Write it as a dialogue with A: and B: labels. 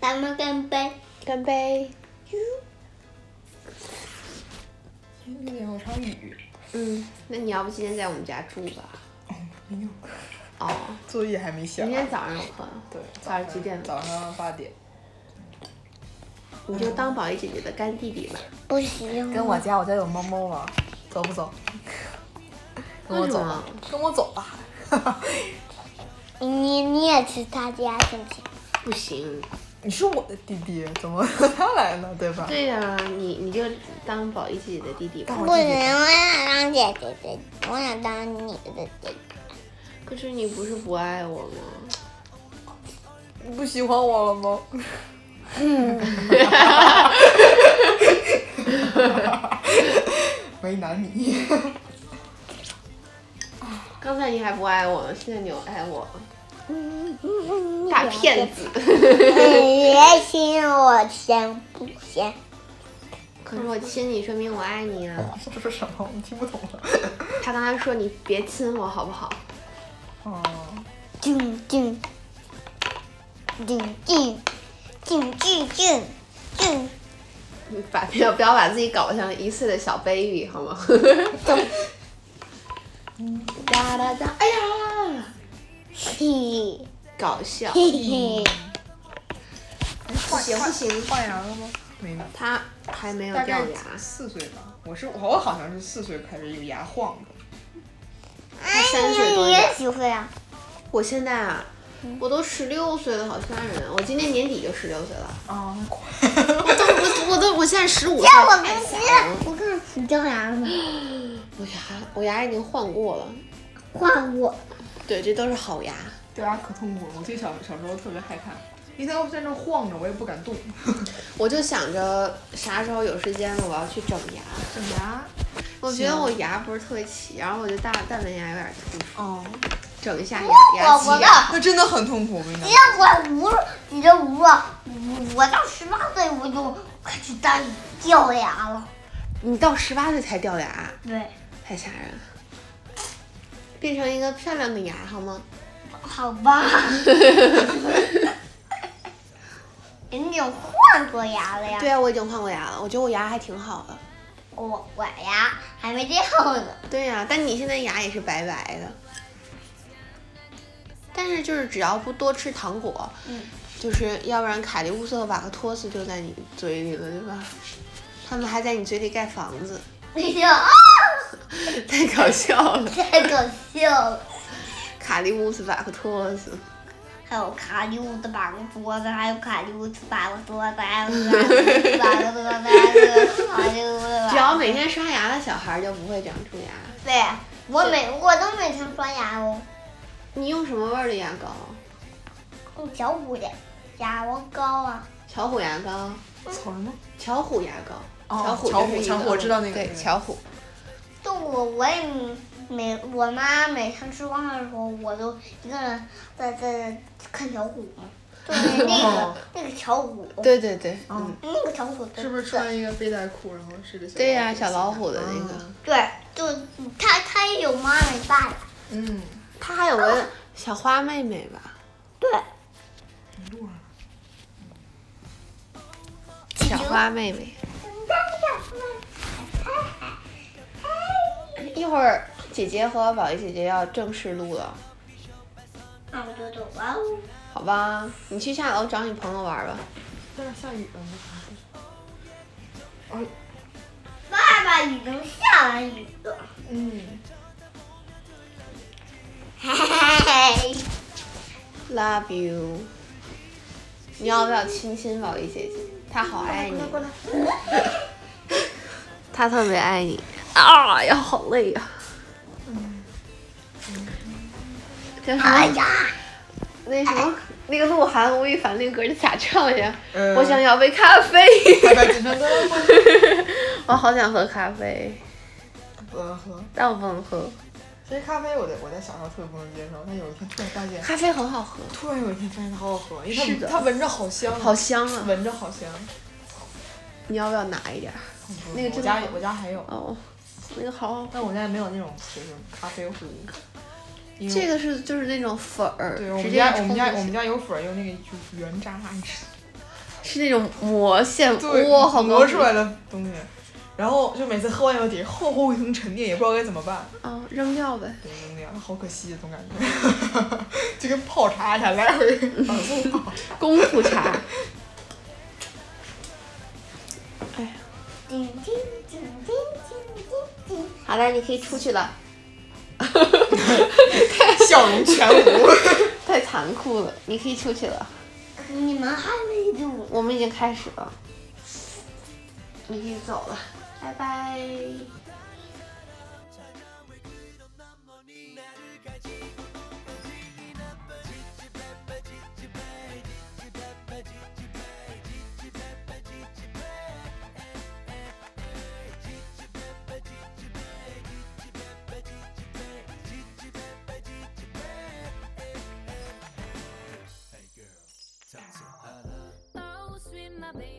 A: 咱们干杯！
B: 干杯！
C: 有点我超抑郁，
B: 嗯，那你要不今天在我们家住吧？
C: 没有，
B: 哦，
C: 作业还没写
B: 明
C: 完。
B: 天早上有课，
C: 对，
B: 早上几点
C: 早上八点。
B: 你就当宝仪姐姐的干弟弟吧。
A: 不行，
C: 跟我家，我家有猫猫玩，走不走？ 跟我走吧，跟我走吧。
A: 你你也去他家行不行？
B: 不行，
C: 你是我的弟弟，怎么他来了，对吧？
B: 对呀、你你就当宝仪姐姐的弟弟吧。
C: 我
A: 不能，我想当姐姐姐，我想当你的姐姐。
B: 可是你不是不爱我吗？
C: 你不喜欢我了吗？ 为难你。
B: 刚才你还不爱我呢，现在你又爱我了，大骗子。
A: 别亲我行不行？
B: 可是我亲你，说明我爱你啊。
C: 这是什么？我听不懂了。
B: 他刚才说你别亲我，好不好？
C: 哦、
A: 静静静静静静静静，
B: 你把不要不要把自己搞得像一岁的小 baby 好吗？ 哒哒哒，哎呀，
A: 嘿
B: 搞笑。
A: 嘿嘿，
C: 换行不行？换牙了吗？没呢。
B: 他还没有
C: 大
B: 掉
C: 概
B: 牙，
C: 四岁吧，我是我好像是四岁开始有牙晃的，
A: 哎
B: 三岁多一
A: 你
B: 点
A: 也喜欢啊？
B: 我现在啊，
C: 嗯
B: 我都十六岁了，好吓人！我今年年底就十六岁 了，
C: 啊，快，
B: 我 都我我都我现在十五岁，
A: 让我跟
B: 太吓
A: 亲
B: 人了，
A: 我看你掉牙了吗？
B: 我牙我牙已经换过了，
A: 换我，
B: 对，这都是好牙。
C: 对牙可痛苦了。我记得小小时候特别害怕，因为它在那晃着，我也不 敢动。
B: 我就想着啥时候有时间了，我要去整牙。
C: 整牙，
B: 我觉得我牙不是特别齐，然后我就大大门牙有点突出，
C: 哦，
B: 整一下牙牙
A: 我
B: 齐
A: 不
B: 牙。
A: 到，
C: 啊那真的很痛苦，我跟你讲
A: 你。让我无，你这无，我到十八岁我就开始当掉牙了。
B: 你到十八岁才掉牙，
A: 对，
B: 太吓人了。变成一个漂亮的牙好 吗？
A: 好吧，人家换过牙了呀。
B: 对啊，我已经换过牙了，我觉得我牙还挺好的。
A: 我我呀还没掉呢，
B: 对呀、但你现在牙也是白白的。但是就是只要不多吃糖果，
A: 嗯，
B: 就是要不然凯利乌瑟瓦和托斯就在你嘴里了，对吧？他们还在你嘴里盖房子，
A: 哎呀，啊
B: 太搞笑了。
A: 太搞笑了。
B: 卡利乌斯瓦克托斯，
A: 还有卡利乌的把个桌子，还有卡利乌的把个桌子，还有卡利乌的把个桌子，还有卡利乌的
B: 只
A: 把
B: 要
A: 个。
B: 每天刷牙的小孩就不会长蛀牙。
A: 对，我每我都每天刷牙哦，
B: 你用什么味儿的牙膏？
A: 用小五的牙膏膏啊。
B: 巧虎牙膏，
C: 草什么？
B: 巧虎牙膏，
C: 哦
B: 巧虎就是
C: 巧虎
B: 一
C: 巧虎我知道那个
B: 对，
C: 对
B: 巧虎。
A: 就我我也每我妈每天吃饭的时候，我就一个人在在看巧虎嘛， 就是那个那个巧虎，
B: 对对对，嗯
C: 嗯，
A: 那个巧虎的
C: 哦是不是穿一个背带裤，然后是个小
B: 对呀、小老虎的那个。
C: 啊
A: 对，就他他也有妈没爸的，
C: 嗯，
B: 他还有个小花妹妹吧？
A: 对，
C: 你录上了。
B: 小花妹妹。一会儿姐姐和宝仪姐姐要正式录了，
A: 那我就走了哦。
B: 好吧？你去下楼找你朋友玩吧。
C: 那儿下雨了吗？哦
A: 爸爸已经下完雨了，
C: 嗯，
A: 嘿嘿嘿，
B: Love you。你要不要亲亲宝仪姐姐？她好爱你，她特别爱你。嗯啊呀，好累呀、叫什
A: 哎
B: 么？
A: 呀，
B: 那什么，那个鹿晗、吴亦凡那歌儿咋唱呀？
C: 嗯
B: 我想要杯咖啡，
C: 拜拜， 金城哥，
B: 我好想喝咖啡，
C: 不能呃喝。
B: 但我不能喝。
C: 其实咖啡我在我在小时候特别不能接受，但有一天突然发现，
B: 咖啡很好喝，
C: 突然有一天发现它好好喝，因
B: 是
C: 为
B: 的
C: 它它闻着好香啊，
B: 好香啊！
C: 闻着好香。
B: 你要不要拿一点儿？那个真的
C: 我家
B: 好
C: 我家还有，
B: 哦，那个好好喝。
C: 但我家没有那种就是咖啡壶。因为
B: 这个是就是那种粉儿，
C: 对我
B: 直
C: 们
B: 接
C: 家我们家
B: 冲
C: 我
B: 进
C: 们
B: 去
C: 家有粉儿，用那个就是原榨，你吃
B: 是那种磨线，
C: 对，
B: 哇、好高
C: 磨
B: 级
C: 出来的东西。然后就每次喝完以后底下厚厚一层沉淀，也不知道该怎么办，
B: 啊，扔掉呗。
C: 对，就那样，好可惜总感觉， 就跟泡茶一样，来回反复 泡。
B: 功夫 茶，哎
A: 叮叮叮叮叮叮叮。
B: 好了，你可以出去了。
C: 笑容全无。
B: 太残酷了，你可以出去了。
A: 你们还没录，
B: 我们已经开始了，你可以走了，拜拜。
D: Oh, sweet my baby.